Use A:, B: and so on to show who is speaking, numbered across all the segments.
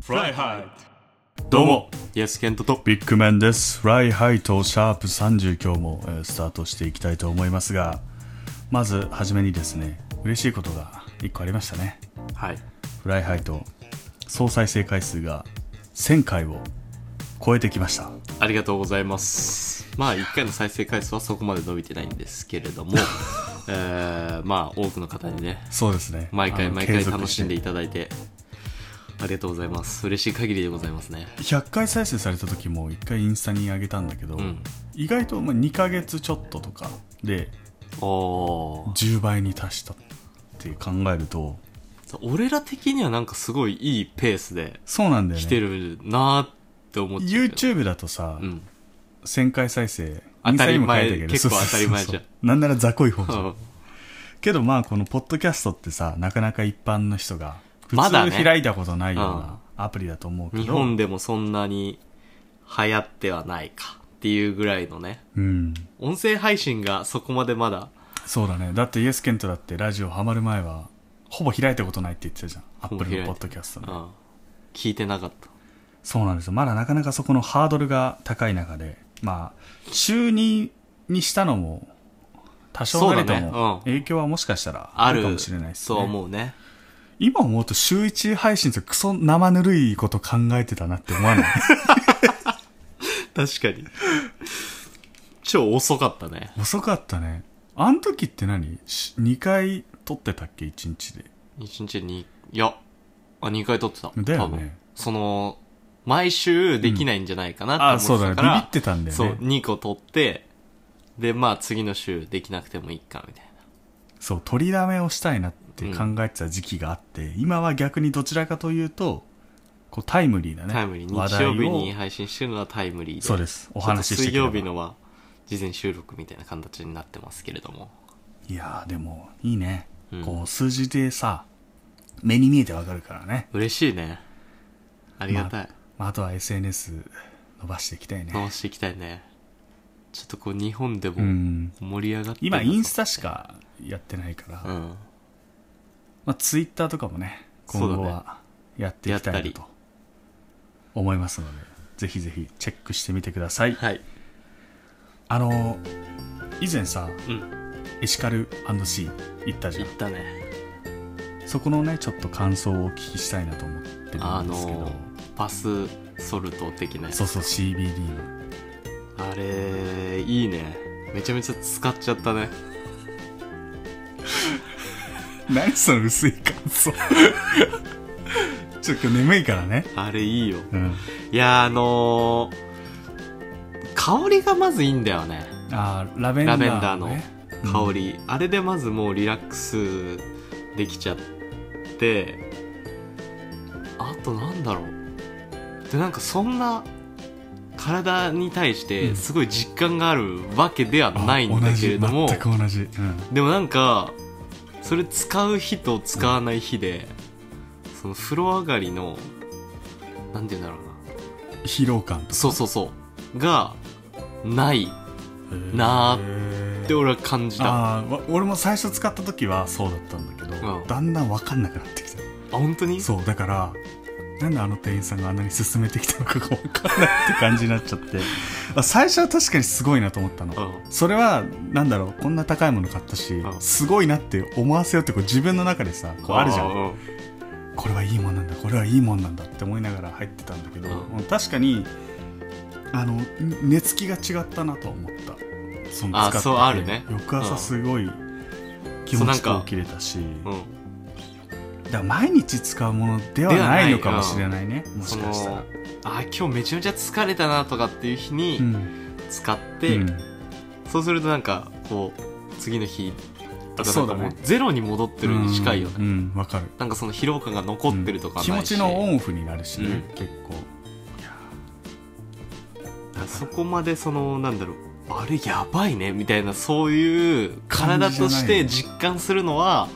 A: フライハイどうもイエスケントと
B: ビッグメンです。フライハイとシャープ30今日も、えースタートしていきたいと思いますが、まずはじめにですね、嬉しいことが1個ありましたね。
A: はい
B: フライハイと総再生回数が1000回を超えてきました。
A: ありがとうございますまあ1回の再生回数はそこまで伸びてないんですけ れどもえー、まあ多くの方にね
B: そうですね。
A: 毎
B: あ
A: 回
B: の
A: 毎回楽しんで。いただいてありがとうございます嬉しい限りでございますね
B: 継続して100回再生された時も1回インスタに上げたんだけど、
A: うん
B: 意外とまあ2ヶ月ちょっととかで
A: おー
B: 10倍に達したって考えると、
A: 俺ら的にはなんかすごいいいペースで
B: そうなんだよ
A: 来
B: ね。
A: てるなーって思ってるけど
B: YouTube だとさ、
A: うん
B: 1000回再生
A: 当たり
B: インスタにも書い
A: 前
B: たけど
A: 結構
B: そうそうそう
A: 当たり前じゃん
B: なんなら雑魚い方じゃ
A: うん
B: んけどまあこのポッドキャストってさなかなか一般の人が普
A: まだね
B: 通開いたことないようなアプリだと思うけど、
A: 日本でもそんなに流行ってはないかっていうぐらいのね
B: うん
A: 音声配信がそこまでまだ
B: そうだねだってイエスケントだってラジオハマる前はほぼ開いたことないって言ってたじゃんアッ
A: ぼ
B: プ
A: 開い
B: ル
A: た
B: のポッドキャスト
A: う
B: ね
A: ん聞いてなかった
B: そうなんですよまだなかなかそこのハードルが高い中でまあ週2にしたのも多少なりと
A: そうだね
B: も
A: うん
B: 影響はもしかしたら
A: あ
B: あ
A: る
B: るかもしれないですね
A: そう思うね
B: 今思うと週1配信ってクソ生ぬるいこと考えてたなって思わない
A: 確かに超遅かったね
B: 遅かったねあの時って何 ?2 回撮ってたっけ ?1 日で
A: 1日にいやあ2回撮ってた
B: だよ
A: 多分
B: ね
A: その毎週できないんじゃないかな
B: あ
A: って
B: そ
A: 思
B: う
A: っ
B: だね
A: てた
B: ビ
A: か
B: ビ
A: ら、
B: ってたんだよ
A: そう
B: ね
A: 2個撮ってでまあ次の週できなくてもいいかみたい
B: そう取りだめをしたいなって考えてた時期があって、今は逆にどちらかというとこうタイムリーだ
A: な、
B: ね
A: タイムリー
B: 話
A: 日
B: 題を
A: 曜日に配信してるのはタイムリーで
B: そうですお
A: お
B: 話しして
A: 水
B: ければ
A: 曜日のは事前収録みたいな形になってますけれども
B: いやーでもいいね、
A: うん
B: こう数字でさ目に見えてわかるからね、
A: 嬉しいねありがたい、
B: まあ、あとは SNS 伸ばしていきたいね
A: 直していきたいねちょっとこう日本で
B: う
A: も
B: ん
A: 盛り上がってんだ
B: 今
A: と
B: インスタしかやってないから、
A: う
B: ま
A: ん
B: あ、ツイッターとかもね
A: そうだね
B: 今後はやっていきたい
A: やった
B: な
A: り
B: と思いますのでぜひぜひチェックしてみてください
A: はい
B: あの以前さ
A: うん
B: エシカルシー行ったじ
A: 行
B: ゃん
A: ったね
B: そこのねちょっと感想をお聞きしたいなと思ってるんですけど、
A: あのパスソルト的なやつ
B: そうそう CBD の
A: あれいいねめちゃめちゃ使っちゃったね
B: 何その薄い感想 ちょっと眠いからね
A: あれいいよ
B: うん
A: いやあのー香りがまずいいんだよね
B: あーラベンダー,、ね、
A: ラベンダーの香
B: り、
A: り、あれでまずもうリラックスできちゃってあとなんだろうでなんかそんな体に対してすごい実感があるわけでは
B: あ
A: ないんだけれど
B: 同
A: も
B: じ全く同じ、うん
A: でもなんかそれ使う日と使わない日で、その風呂上がりのなんて言うんだろうな
B: 疲労感とか
A: そうそうそうがないな
B: ー
A: って俺は感じたあ
B: あーわ俺も最初使った時はそうだったんだけど、
A: うん
B: だんだん分かんなくなってきた
A: 本当に
B: そうだからなんであの店員さんがあんなに勧めてきたのかが分かんないって感じになっちゃって あ最初は確かにすごいなと思ったの、
A: うん
B: それはなんだろうこんな高いもの買ったし、
A: うん
B: すごいなって思わせようってこう自分の中でさこうあるじゃん
A: うん
B: これはいいもんなんだこれはいいもんなんだって思いながら入ってたんだけど、
A: う
B: 確かにあのん寝つきが違ったなと思ったそ使
A: あ
B: ってて
A: そうあるね
B: 翌
A: う
B: 朝
A: ん
B: すごい気
A: そ
B: 持
A: うなん
B: ち
A: か
B: が起きれたし、
A: うん
B: だから毎日使うものでは
A: ではない
B: ないのかもしれないねも
A: そ
B: し
A: の
B: かしたら。
A: あー今日めちゃめちゃ疲れたなとかっていう日
B: う
A: に
B: ん
A: 使って、
B: うん
A: そうするとなんかこう次の日とかな
B: そ
A: ん
B: う
A: か
B: だね
A: もうゼロに戻ってるに近いよね、
B: うんうんわかる
A: なんかその疲労感が残ってるとかは
B: 気
A: な
B: 持
A: いし、
B: ちのオンオフになるしね、
A: うん
B: 結構
A: そこまでそのなんだろうあれやばいねみたいなそういう体とし
B: 感じじゃない
A: て
B: ね
A: 実感するのは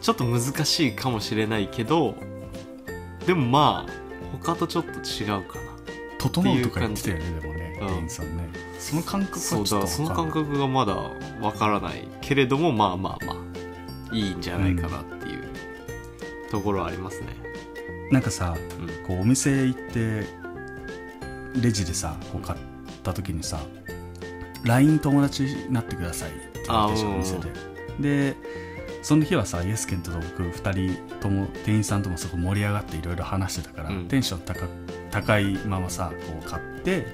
A: ちょっと難しいかもしれないけどでもまあ他とちょっと違うかな
B: 整うとか言ってたよねでもね
A: うん
B: 店員さんねその感覚
A: そう
B: は
A: だ
B: ちょ
A: か
B: っ
A: ら
B: と
A: その
B: わかん
A: 感
B: ない
A: 覚がまだわからないけれどもまあまあまあいいんじゃないかなっていうところはありますね、
B: なんかさ
A: うん
B: こうお店行ってレジでさこう買った時にさ「LINE 友達になってください」って言ってし
A: あー
B: お店ででその日はさイエスケンと僕2人とも店員さんともすごい盛り上がっていろいろ話してたから、
A: うん
B: テンション高高いままさこう買って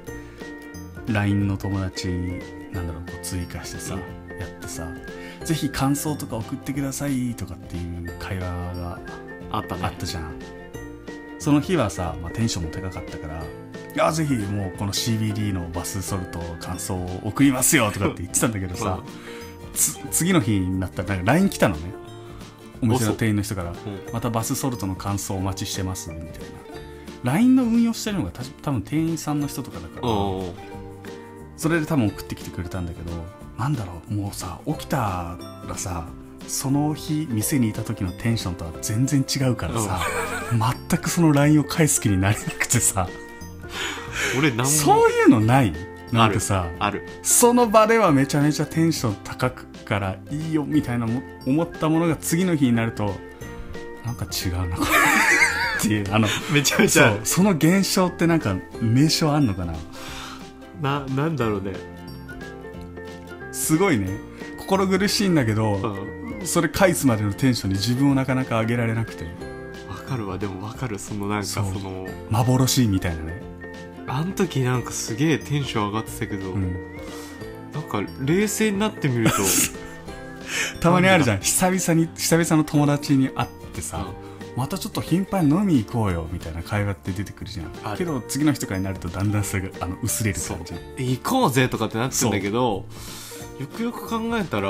B: LINE の友達なんだろうこう追加してさ、やってさ「ぜひ感想とか送ってください」とかっていう会話が
A: あったね
B: あったじゃんその日はさ、まあ、テンションも高かったから「いやぜひもうこの CBD のバスソルト感想を送りますよ」とかって言ってたんだけどさ、つ次の日になったらなんか LINE 来たのねお店の店員の人から
A: うん
B: 「またバスソルトの感想お待ちしてます」みたいな LINE の運用してるのがた多分店員さんの人とかだから
A: おー
B: それで多分送ってきてくれたんだけどなんだろうもうさ起きたらさその日店にいた時のテンションとは全然違うからさ、全くその LINE を返す気になれなくてさ
A: 俺なんも
B: そういうのないなんかさ
A: ある
B: その場ではめちゃめちゃテンション高くからいいよみたいなも思ったものが次の日になるとなんか違うなこれっていうあの
A: めちゃめち
B: そ
A: ゃあ
B: う
A: る
B: その現象ってなんか名称あんのかな
A: ななんだろうね、
B: すごいね心苦しいんだけど、
A: うん、
B: それ返すまでのテンションに自分をなかなか上げられなくて
A: わかるわでもわかるそのなんかそ
B: そう
A: の
B: 幻みたいなね、
A: あの時なんかすげえテンション上がってたけど、
B: うん、
A: なんか冷静になってみると
B: たまにあるじゃん久々に久々の友達に会ってさ、またちょっと頻繁に飲み行こうよみたいな会話って出てくるじゃ
A: あ
B: ん
A: る
B: けど次の日とかになるとだんだんそれがあの薄れる感じ
A: 行こうぜとかってなってんだけどよくよく考えたら、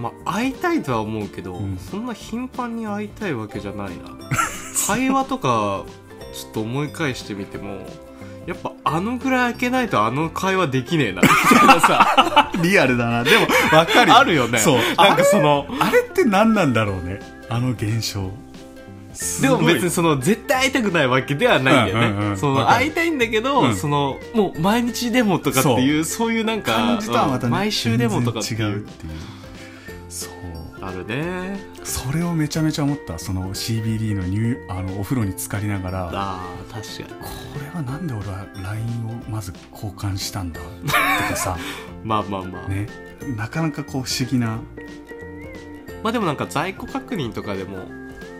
A: まあ、会いたいとは思うけど、
B: うん
A: そんな頻繁に会いたいわけじゃないな 会話とかちょっと思い返してみてもやっぱあのぐらい開けないとあの会話でき ねえなみたいなさ
B: リアルだなでも分かる
A: あるよね
B: そう
A: な
B: あ
A: んか
B: れ
A: その
B: あれって何なんだろうねあの現象す
A: で
B: ご
A: も
B: い
A: 別にその絶対会いたくないわけではないんだよね、
B: うんうんうん
A: そ
B: わ
A: の
B: かる
A: 会いたいんだけど、
B: うん
A: そのもう毎日でもとかっていうそういうなんか
B: 感じとはまた、
A: う
B: ね、
A: ん毎週でもとかってい
B: 全
A: う
B: 然違うっていうそう
A: あるね
B: それをめちゃめちゃ思ったその CBD の入あのお風呂に浸かりながら
A: あー確かに
B: これはなんで俺は LINE をまず交換した んだとかさ
A: まあまあまあ、
B: ねなかなかこう不思議なっ
A: まあでもなんか在庫確認とかでも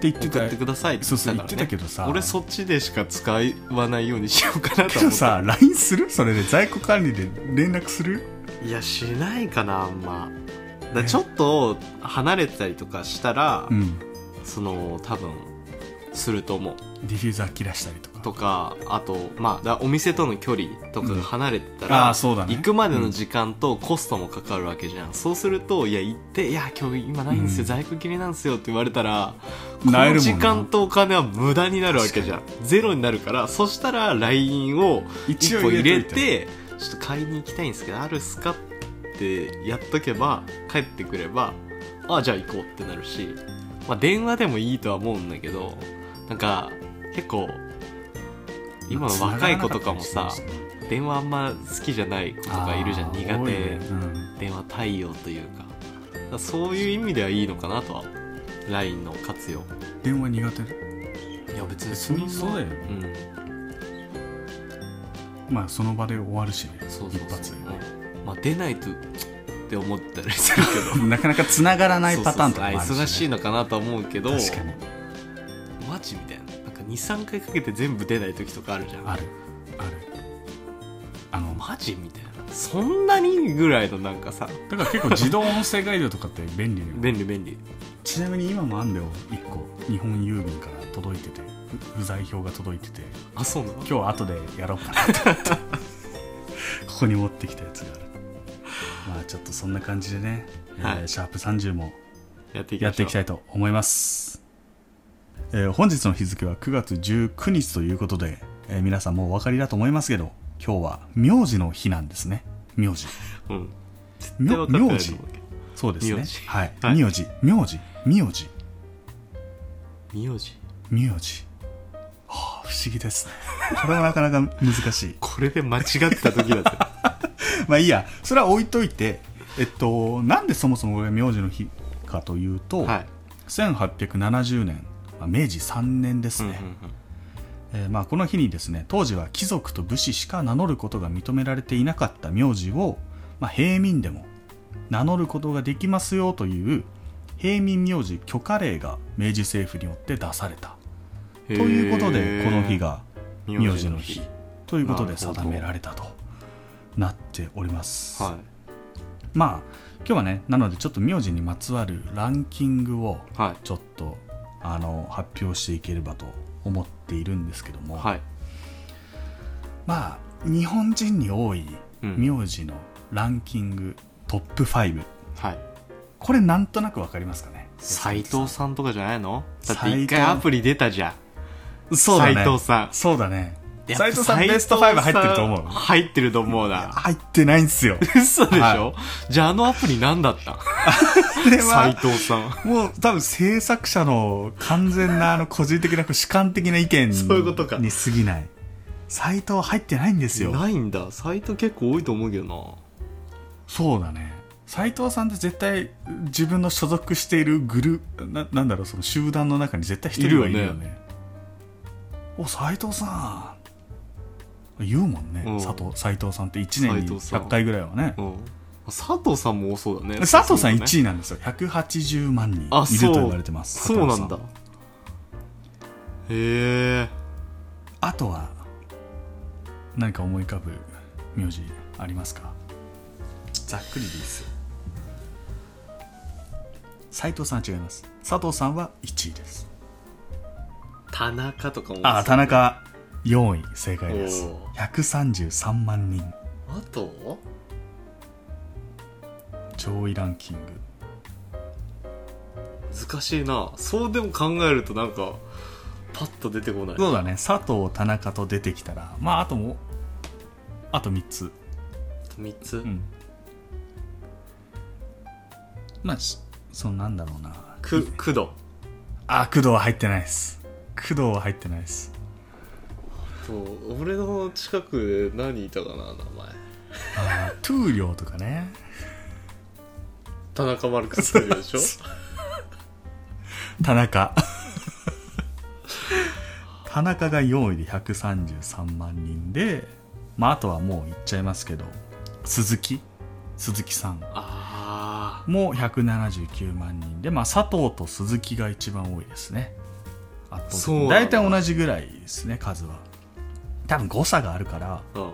B: て言って
A: 送
B: た
A: ってくださいって
B: そ
A: 言
B: う
A: っ
B: そう言って
A: てたから
B: た
A: ね
B: けどさ
A: 俺そっちでしか使わないようにしようかな
B: け
A: と思
B: ど
A: って
B: さ LINE するそれで在庫管理で連絡する
A: いやしないかなあんまだからちょっと離れてたりとかしたら、
B: うん
A: その多分すると思う
B: ディフューザー切らしたりとか
A: とかあとまあだからお店との距離とかが離れてた
B: あ
A: ら、
B: あそうだね
A: 行くまでの時間とコストもかかるわけじゃん、そうするといや行っていや今日今ないんですよ、
B: うん
A: 在庫切れなんですよって言われたら
B: 萎えるも
A: こ
B: ん
A: の
B: な
A: 時間とお金は無駄になるわけじゃんゼロになるからそしたら LINE を
B: 一
A: 1
B: 応
A: 個入れ
B: といて
A: てちょっと買いに行きたいんですけどあるっすかってやっとけば帰ってくればあじゃあ行こうってなるし、まあ、電話でもいいとは思うんだけどなんか結構今の若い子とかもさ
B: 繋がらなかったりしますね
A: 電話あんま好きじゃない子とかいるじゃん
B: あー
A: 苦
B: 多い
A: 手、
B: ねうん
A: 電話対応というかだからそういう意味ではいいのかなとは LINE の活用
B: 電話苦手
A: いや別に
B: 別にそうだよね
A: うん
B: まあその場で終わるしね
A: そうそう
B: 一発
A: そう
B: で、
A: うんまあ出ないとって思ったりするけ ど
B: なかなか繋がらないパターンと
A: そう
B: かもある
A: そうそう忙し
B: ね
A: いのかなとは思うけど
B: 確かに
A: マジみたいななんか23回かけて全部出ない時とかあるじゃん
B: あるあるあの
A: マジみたいなそんなにぐらいのなんかさ
B: だから結構自動音声ガイドとかって便利だよね
A: 便利便利
B: ちなみに今もあんだよ1個日本郵便から届いててふ不在票が届いてて
A: あそうなの
B: 今日後でやろうかなと思って ここに持ってきたやつがあるまあちょっとそんな感じでね、
A: はい
B: えーシャープ30も
A: やっていき
B: や
A: ま
B: って
A: し
B: い
A: ょ
B: うきたいと思います、えー本日の日付は9月19日ということで、えー皆さんもうお分かりだと思いますけど今日は名字の日なんですね名字
A: うん絶対
B: み
A: 分かってな
B: 名
A: いと
B: 字
A: 思うけど
B: そうですね
A: 名字
B: はい
A: はい
B: 名字名字名字
A: 名字
B: 名字はあ不思議ですねこれはなかなか難しい
A: これで間違ってた時だって
B: まあいいやそれは置いといてえっとなんでそもそも俺が名字の日かというと、
A: はい
B: 1870年まあ明治3年です
A: うん
B: ね、
A: うん
B: えーまあ、この日にですね当時は貴族と武士しか名乗ることが認められていなかった名字を、まあ、平民でも名乗ることができますよという平民名字許可令が明治政府によって出された
A: と
B: ということでこの日が名
A: 名
B: 字
A: 字
B: の
A: の
B: 日
A: 日
B: ということで
A: なるほど
B: 定められたとなっております、
A: は
B: まあ今日はねなのでちょっと名字にまつわるランキングを
A: いはい
B: ちょっとあの発表していければと思っているんですけども、
A: はい
B: まあ日本人に多い
A: うん
B: 名字のランキングトップ5
A: はい
B: これなんとなくわかりますかね
A: 斎藤さんとかじゃないのだって
B: 斉藤
A: 一回アプリ出たじゃん
B: そうだね
A: 斉藤さん
B: そうだね
A: やっぱ
B: 斉藤さん
A: 斉
B: ベスト5入ってると思う
A: 入ってると思う
B: いや
A: な
B: 入ってないんです よ
A: 嘘でしょ、
B: は
A: じゃああのアプリ何だった
B: これ
A: 斎
B: は
A: 藤さん
B: もう多分制作者の完全なあの個人的なこう主観的な意見
A: そういうことか
B: に過ぎない斎藤入ってないんですよ
A: ないんだ斎藤結構多いと思うけどな
B: そうだね斎藤さんって絶対自分の所属しているグルーななんだろうその集団の中に絶対一人はいるよね
A: いる
B: お斎藤さん言うもんね
A: うん
B: 佐藤斎藤さんって1年に
A: 斉藤さん
B: 100回ぐらいはね
A: うん佐藤さんも多そうだね
B: 佐藤さん
A: 位
B: 1位なんですよ180万人
A: あ
B: いると
A: そう
B: 言われてます
A: そうな
B: 佐
A: ん
B: 藤さ
A: だへえ
B: あとは何か思い浮かぶ名字ありますかざっくりでいいですよ斉藤さん違います佐藤さんは1位です
A: 田中とかも
B: あ田中4位正解で
A: お
B: す
A: ー
B: 133万人
A: あと
B: 上位ランキング
A: 難しいなそうでも考えるとなんかパッと出てこない
B: そうだね佐藤田中と出てきたらまああともうあと3つ
A: 3つ、
B: うんまあしそのなんだろうな
A: く工藤
B: あ工藤は入ってないです工藤は入ってないです
A: そう俺の近くで何いたかな名前
B: あートゥーリョーとかね
A: 田中マルクスってるでしょ
B: 田中 田中が4位で133万人でまああとはもう言っちゃいますけど鈴木鈴木さん
A: あ
B: も179万人でまあ佐藤と鈴木が一番多いですねあと
A: そうなんだ
B: 大体同じぐらいですね数は多分誤差があるから
A: あうん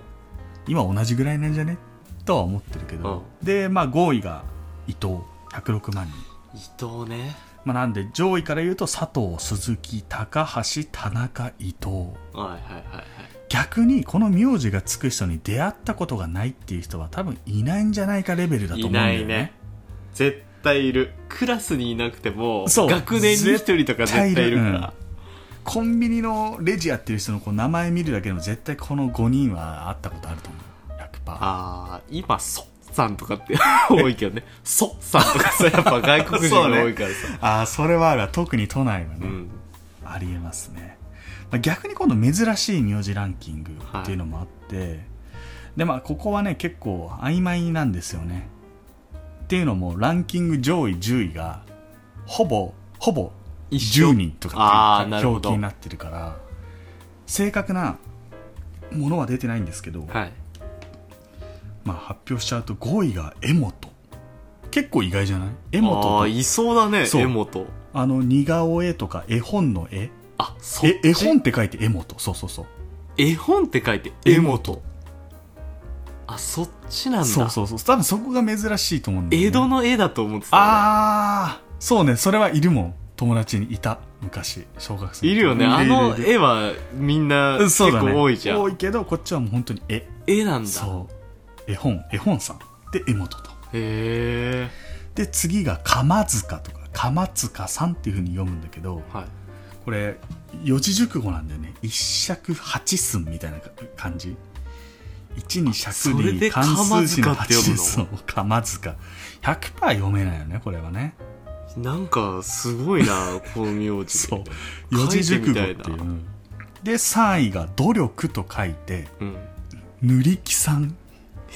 B: 今同じぐらいなんじゃねとは思ってるけど、でまあ5位が伊藤106万人
A: 伊藤ね
B: まあ、なんで上位から言うと佐藤鈴木高橋田中伊藤
A: はいはいはいはい
B: 逆にこの名字がつく人に出会ったことがないっていう人は多分いないんじゃないかレベルだと思うんだよね
A: いないね絶対いるクラスにいなくても
B: そう
A: 学年に一人とか絶対いるか
B: 絶対い
A: ら
B: るコンビニのレジやってる人のこう名前見るだけでも絶対この5人は会ったことあると思う100%
A: ああ今ソッさんとかって 多いけどねソッさんとかさやっぱ外国人が多いからさ、
B: ああそれはあるわ特に都内はね、
A: うん
B: ありえますね、まあ、逆に今度珍しい名字ランキングっていうのもあって、でまあここはね結構曖昧なんですよねっていうのもランキング上位10位がほぼほぼ
A: 一緒
B: 10人と
A: あ
B: か
A: ー
B: って
A: な
B: いう
A: るほ
B: 表
A: ど
B: 記になってるから正確なものは出てないんですけど、
A: はい
B: まあ発表しちゃうと5位が江本結構意外じゃない江本
A: ああ
B: と
A: ーいそうだね
B: そう
A: 江本
B: あの似顔絵とか絵本の絵
A: あそっ
B: え
A: ち
B: 絵本って書いて江本そうそうそう
A: 絵本って書いて絵本あそっちなんだ
B: そうそうそう多分そこが珍しいと思うんだよね
A: 江戸の絵だと思ってたあ
B: ああそうねそれはいるもん友達にいた昔小学生
A: いるよねあの
B: 絵
A: 絵はみんな結
B: そうだね
A: 構多いじゃ
B: 多
A: ん
B: いけどこっちはもう本当に絵
A: 絵なんだへ
B: そう絵本絵本さんで絵本と
A: え
B: で次が鎌塚とか鎌塚さんっていうふうに読むんだけど
A: はい
B: これ四字熟語なんだよね一尺八寸みたいな感じ一に尺
A: それ
B: に
A: で
B: 関数字の
A: 鎌塚っ
B: 八
A: て読
B: で
A: むの
B: そう鎌塚100%読めないよねこれはね
A: なんかすご いなこの名字
B: そう四
A: 書
B: 字
A: いて
B: 熟語
A: み
B: ったてい
A: いうな
B: で3位が「努力」と書いて
A: うん
B: 「塗り木さん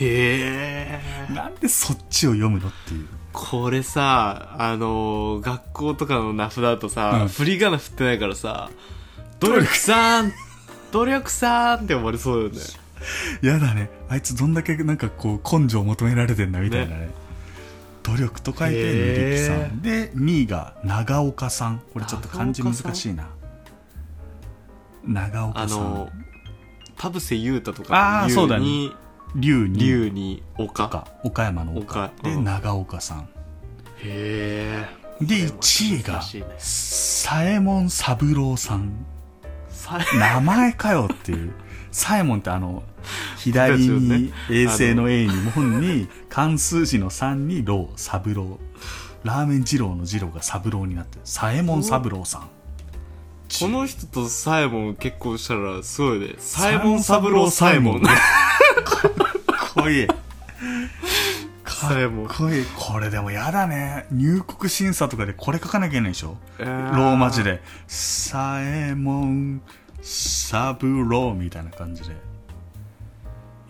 A: へ」え
B: なんでそっちを読むのっていう
A: これさあのー学校とかの名札だとさ、
B: うん
A: 振り仮名振ってないからさ「
B: 努
A: 努
B: 力
A: 力さん」努力さーんって思われそうだよね
B: やだねあいつどんだけなんかこう根性求められてんだみたいなね努力と書いて
A: へ
B: 二力
A: ー
B: さんで2位が長岡さんこれちょっと漢字
A: 長
B: 難
A: 岡さん
B: しいな長
A: あ
B: 岡さん
A: の田臥勇太と
B: あ
A: か
B: ー
A: の
B: そうだ
A: 勇
B: ね
A: に
B: 龍に
A: 龍に岡
B: 岡岡山の岡
A: 岡
B: で
A: うん
B: 長岡さん
A: へえ
B: で1位が
A: 難しいね
B: 左衛門三郎さん
A: さ
B: 名前かよっていうサイモンってあの左
A: ですよ
B: に
A: ね
B: 衛星の A に門に漢数字の3にローサブローラーメン二郎の二郎がサブローになってるサエモン三郎さん
A: この人とサイモン結婚したらすごいね
B: サ
A: サ
B: イ
A: イ
B: モ
A: モ
B: ン
A: ン
B: サ
A: サ
B: ブ
A: ブ
B: ロ
A: ロ
B: ー
A: ー
B: サ
A: サ
B: イ
A: イ
B: モ
A: モ
B: ン
A: ン
B: ねこいい
A: サイモン
B: こいいこれでもやだね入国審査とかでこれ書かなきゃいけないでしょ
A: ロ
B: ローマ字で「サエモンサブロー」みたいな感じで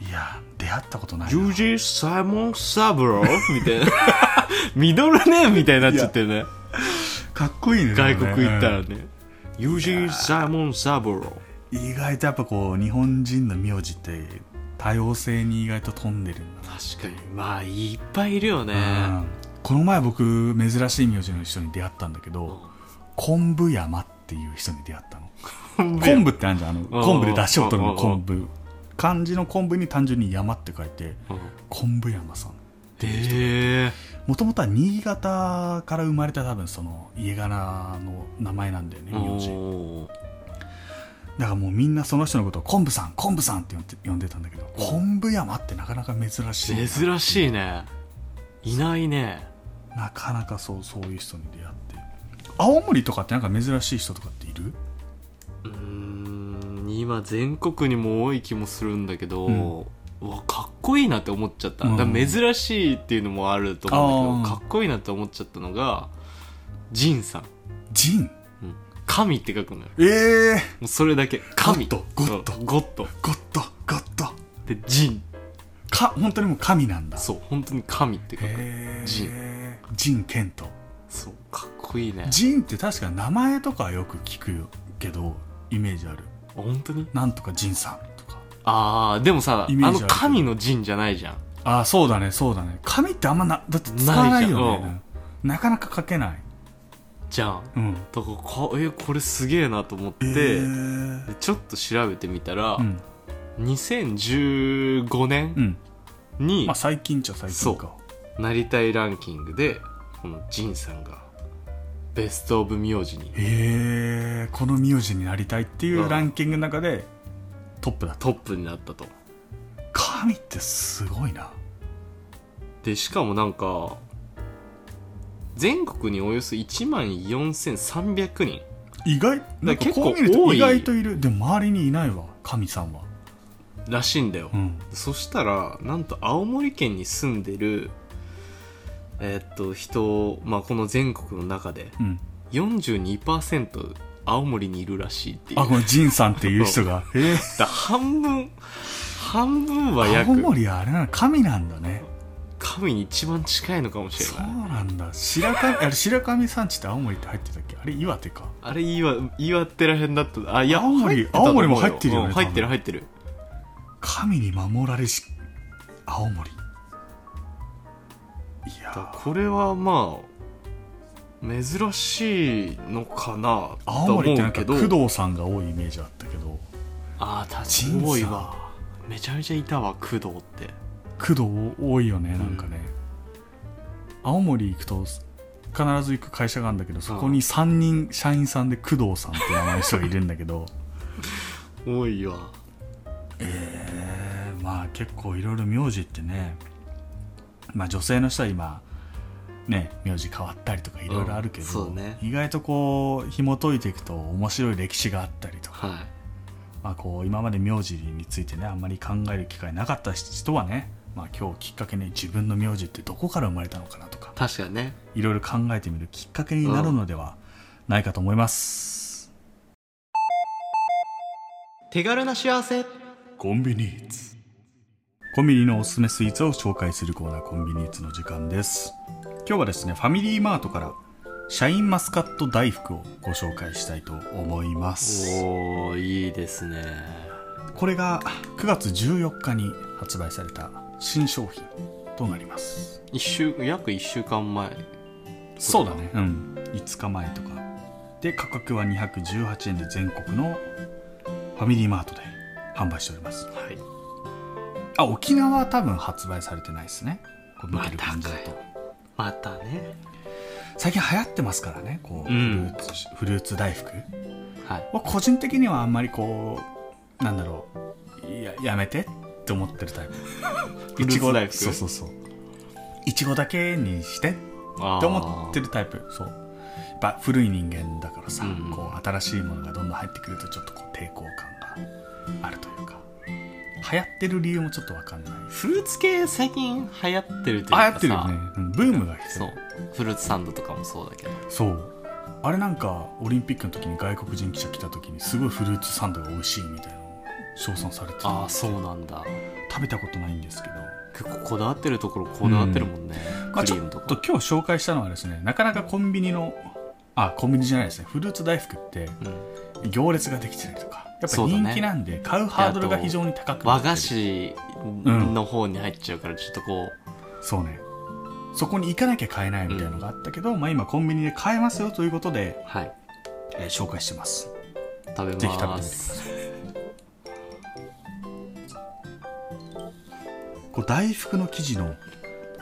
B: いや出会ったことないな
A: ユージ・サイモン・サブローみたいな ミドルネームみたいになっちゃってるね
B: かっこいいね
A: 外国行った
B: う
A: ら
B: ん
A: ねユージ・サイモン・サブロー
B: 意外とやっぱこう日本人の名字って多様性に意外と富んでるんだな
A: 確かにまあいっぱいいるよね
B: うんこの前僕珍しい名字の人に出会ったんだけど昆布山っていう人に出会ったの昆布ってあるじゃんあの昆布で出汁を取るの
A: うんうんう
B: 昆布漢字の昆布に単純に山って書いて
A: うん
B: 昆布山さん
A: へえ
B: もともとは新潟から生まれた多分その家柄の名前なんだよね名字
A: おー
B: だからもうみんなその人のことを昆布さん昆布さんって呼んで呼んでたんだけど昆布山ってなかなか珍しいな
A: 珍しいねいないね
B: なかなかそうそういう人に出会って青森とかってなんか珍しい人とかっている
A: うーん今全国にも多い気もするんだけど、
B: う
A: うんわかっこいいなって思っちゃった、
B: うん
A: だから珍しいっていうのもあると思うんだけ
B: あ
A: ど
B: ー
A: かっこいいなって思っちゃったのがジンさん、
B: ジン
A: うん神って書くのよ
B: ええ
A: もうそれだけ神
B: ゴッドゴッド
A: そうゴッド
B: ゴッドゴッド
A: でジン
B: か本当にもう神なんだ
A: そう本当に神って書く、
B: へえ
A: ジ
B: ジンケント
A: そうかっこいいね
B: ジンって確か名前とかはよく聞くよけどイメージある
A: あ本当に
B: なんとかジンさんとか
A: ああでもさあ
B: イメージある
A: の
B: けど
A: 神のジンじゃないじゃん
B: ああそうだねそうだね神ってあんまなだって使わないよ
A: ないじゃん
B: ねなかなか書けない
A: じゃん
B: うん
A: だからかえこれすげえなと思って、
B: えー
A: でちょっと調べてみたら、
B: うん
A: 2015
B: う
A: 年
B: ん
A: に
B: まあ最近っちゃ最近か
A: なりたいランキングでこのジンさんがベスト・オブ・名字に
B: へえこの名字になりたいっていう
A: うん
B: ランキングの中でトップだった
A: トップになったと
B: 神ってすごいな
A: でしかもなんか全国におよそ1万4300人
B: 意外なんか
A: 結構
B: こう見ると
A: 多い
B: 意外といるでも周りにいないわ神さんは
A: らしいんだよ、
B: うん
A: そしたらなんと青森県に住んでるえーっと人、まあ、この全国の中で
B: うん
A: 42%青森にいるらしいっていう
B: あこの仁さんっていう人 がへえ
A: だ半分半分は
B: 青
A: 約
B: 森はあれなの神なんだね
A: 神に一番近いのかもし
B: そ
A: れ
B: う
A: ない
B: なんだ白神あれ白神山地って青森って入ってたっけあれ岩手か
A: あれ岩岩手らへんだったあいや
B: 青森
A: 入ってたと思う
B: 青森も入ってるよね
A: うん
B: 多分
A: 入ってる入ってる
B: 神に守られし青森い
A: だから
B: や
A: これはまあ珍しいのかなとは
B: 青森って
A: 思
B: なん
A: う
B: か
A: け
B: 工
A: ど
B: 藤さんが多いイメージあったけど
A: ああ
B: 仁さん
A: 確かに多いわめちゃめちゃいたわ工藤って
B: 工藤多いよねなんかね、青森行くと必ず行く会社があるんだけどそこに3人社員さんで工藤さんって名前の人がいるんだけど
A: 多いわ
B: えーまあ結構いろいろ名字ってねまあ女性の人は今ね名字変わったりとかいろいろあるけ
A: うん
B: ど、
A: そうね
B: 意外とこう紐解いていくと面白い歴史があったりとか、
A: は
B: まあ、こう今まで名字についてねあんまり考える機会なかった人はね、まあ、今日きっかけに自分の名字ってどこから生まれたのかなとか
A: い確かにね
B: いろいろ考えてみるきっかけになるのではないかと思います、
A: 手軽な幸せ
B: コンビニーツコンビニのおすすめスイーツを紹介するコーナーコンビニーツの時間です今日はですねファミリーマートからシャインマスカット大福をご紹介したいと思います
A: おーいいですね
B: これが9月14日に発売された新商品となります
A: 一週約1週間前
B: そうだねうん5日前とかで価格は218円で全国のファミリーマートで販売しております
A: はい
B: あ沖縄は多分発売されてないですねこう見てる
A: また
B: 感じだ
A: か
B: と
A: よまたね
B: 最近流行ってますからねこう、
A: う
B: フル
A: ん
B: ーツフルーツ大福
A: はい
B: まあ個人的にはあんまりこうなんだろういややめてって思ってるタイプ
A: フルーツ大福
B: そうそうそういちごだけにしてって思って
A: る
B: るタイプそうやっぱ古い人間だからさ、
A: うん
B: こう新しいものがどんどん入ってくるとちょっとこう抵抗感があるというか流行ってる理由もちょっとわかんない
A: フルーツ系最近流行ってるというか
B: あ
A: さ
B: やってるよね、うんブームが来て
A: そ
B: る
A: うフルーツサンドとかもそうだけど
B: そうあれなんかオリンピックの時に外国人記者来た時にすごいフルーツサンドが美味しいみたいなのを称賛されてた
A: ああそうなんだ
B: 食べたことないんですけど、
A: 結構こだわってるところこだわってるもんね、
B: まあ、
A: ク
B: ち
A: リ
B: ょ
A: ーム
B: っ
A: とか、
B: と今日紹介したのはですねなかなかコンビニのあコンビニじゃないですねフルーツ大福って
A: うん
B: 行列ができてたりとかやっぱ
A: そうだね
B: 人気なんで、買うハードルが非常に高くなっ
A: 和
B: てる
A: 菓子の方に入っちゃうからちょっとこ
B: そうねそこに行かなきゃ買えないみたいなのがあったけど、まあ、今コンビニで買えますよということ
A: う、
B: で、
A: はい
B: えー紹介してます
A: 食べます
B: ぜひ食べてみてくださこう大福の生地の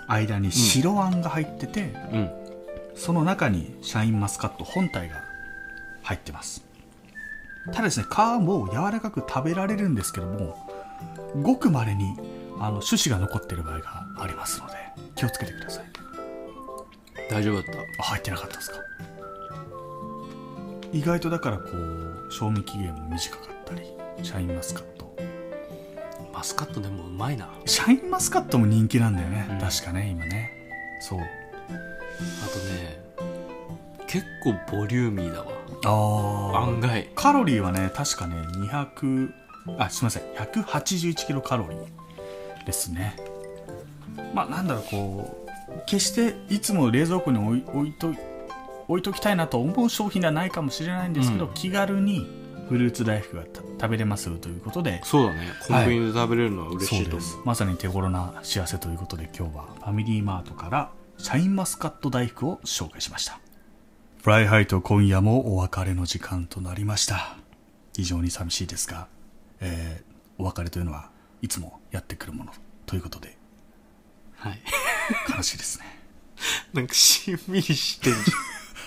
B: 間に白あんが入ってて、
A: うん
B: その中にシャインマスカット本体が入ってますただですね皮も柔らかく食べられるんですけどもごくまれにあの種子が残ってる場合がありますので気をつけてください
A: 大丈夫だっ
B: あ入ってなかったですか意外とだからこう賞味期限も短かったりシャインマスカット
A: たマスカットでもうまいなあ
B: シャインマスカットも人気なんだよね、
A: うん
B: 確かね今ねそう
A: とね結構ボリューミーだわ
B: あ
A: 案外
B: カロリーはね確かね200あすいません181キロカロリーですねまあなんだろうこう決していつも冷蔵庫に置い置いと置いときたいなと思う商品ではないかもしれないんですけど、
A: うん
B: 気軽にフルーツ大福がた食べれますよということで
A: そうだねコンビニで食べれるのは嬉しいと思う,、
B: まさに手頃な幸せということで今日はファミリーマートからシャインマスカット大福を紹介しましたフライハイと今夜もお別れの時間となりました非常に寂しいですが、えーお別れというのはいつもやってくるものということで
A: はい、
B: 悲しいですね
A: なんかしんみりしてんじ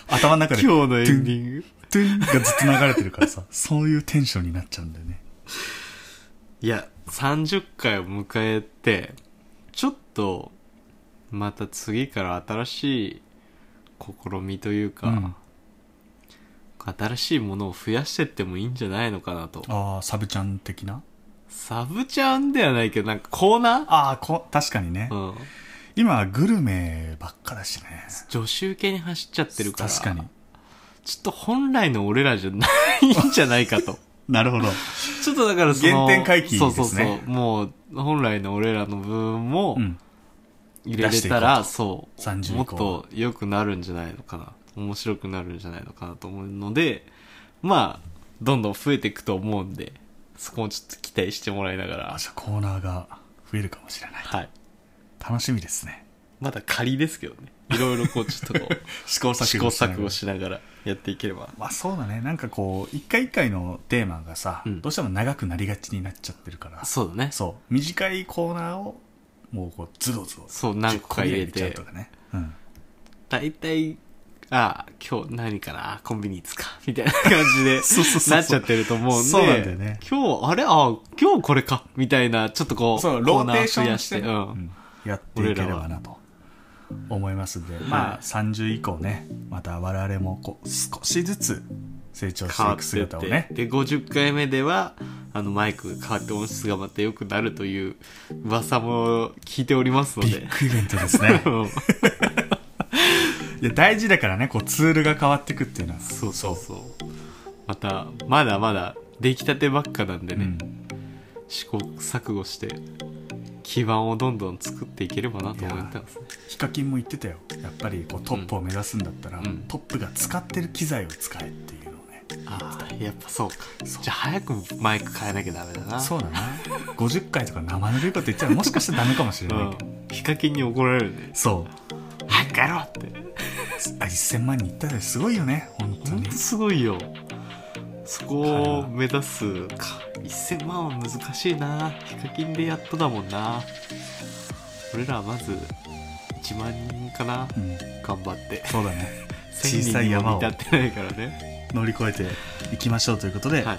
B: 頭の中
A: ゃ
B: で
A: ん今日のエンデ
B: グ
A: ィング
B: トゥンがずっと流れてるからさ そういうテンションになっちゃうんだよね
A: いや30回を迎えてちょっとまた次から新しい試みというか、
B: うん
A: 新しいものを増やしてってもいいんじゃないのかなと
B: ああサブちゃん的な
A: サブちゃんではないけどなんかコーナ
B: ああこ確かにね、
A: ー、うん、
B: 今グルメばっかだしね
A: 助手系に走っちゃってるから
B: 確かに
A: ちょっと本来の俺らじゃないんじゃないか と
B: なるほど
A: ちょっとだからその
B: 原点回帰ですね
A: そうそうそうもう本来の俺らの部分も
B: うん、
A: 入れれたら、
B: 出
A: そう
B: 30
A: もっ
B: 以降
A: と良くなるんじゃないのかな面白くなるんじゃないのかなと思うのでまあどんどん増えていくと思うんでそこもちょっと期待してもらいながら
B: あじゃあコーナーが増えるかもしれない
A: はい
B: 楽しみですね
A: まだ仮ですけどねいろいろこうちょっとこ う
B: 試行
A: 試行錯誤しながらやっていければ
B: まあそうだねなんかこう一回一回のテーマがさ、
A: うん
B: どうしても長くなりがちになっちゃってるから
A: そうだね
B: そう短いコーナーをもうこうズドズド
A: そう何個か入れて
B: 10個ぐらい入ちゃうとかね、うん、
A: 大体ああ今日何かなコンビニいつかみたいな感じで
B: そうそうそうそう
A: なっちゃってると思うんで
B: そうなんだよね
A: 今日あれあ今日これかみたいなちょっとこう
B: そう
A: コ
B: ロー
A: ナ
B: テーションして
A: 増や
B: ね
A: う
B: うんんやっていければなと思いますんでまあ30以降ねまた我々もこう少しずつ成長し
A: 変
B: て
A: わ
B: い
A: っ
B: く
A: てっ
B: 姿を
A: て、
B: ね
A: で50回目ではあのマイクが変わって音質がまた良くなるという噂も聞いておりますの
B: ビ
A: で
B: ッグイベントですね いや大事だからねこうツールが変わってくっていうのは
A: そうそうそうまたまだまだ出来たてばっかなんで
B: う
A: ね、
B: ん
A: 試行錯誤して基盤をどんどん作っていければなと思ってますね
B: ヒカキンも言ってたよやっぱりこうトップを目指すんだったら、
A: うん
B: トップが使ってる機材を使えっていうのをね
A: ああやっぱそうか
B: そう
A: じゃあ早くマイク変えなきゃダメだな
B: そうだな50回とか生ぬるいこと言っちゃうもしかしたらダメかもしれない、
A: うん、ヒカキンに怒られるね
B: そう
A: 早く帰ろうって
B: あ1000万人いったらすごいよね本当
A: 本
B: に
A: 当すごいよそこを目指すか1000万は難しいなヒカキンでやっとだもんな俺らはまず1万人かな
B: うん
A: 頑張って
B: そうだね小
A: 1000
B: さい
A: 人に
B: 山
A: も
B: を
A: 満たってないからね
B: 乗り越えていきましょうということで、
A: はい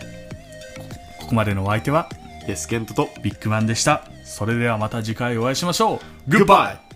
B: ここまでのお相手は
A: イエスケントと
B: ビッグマンでしたそれではまた次回お会いしましょうグッバイ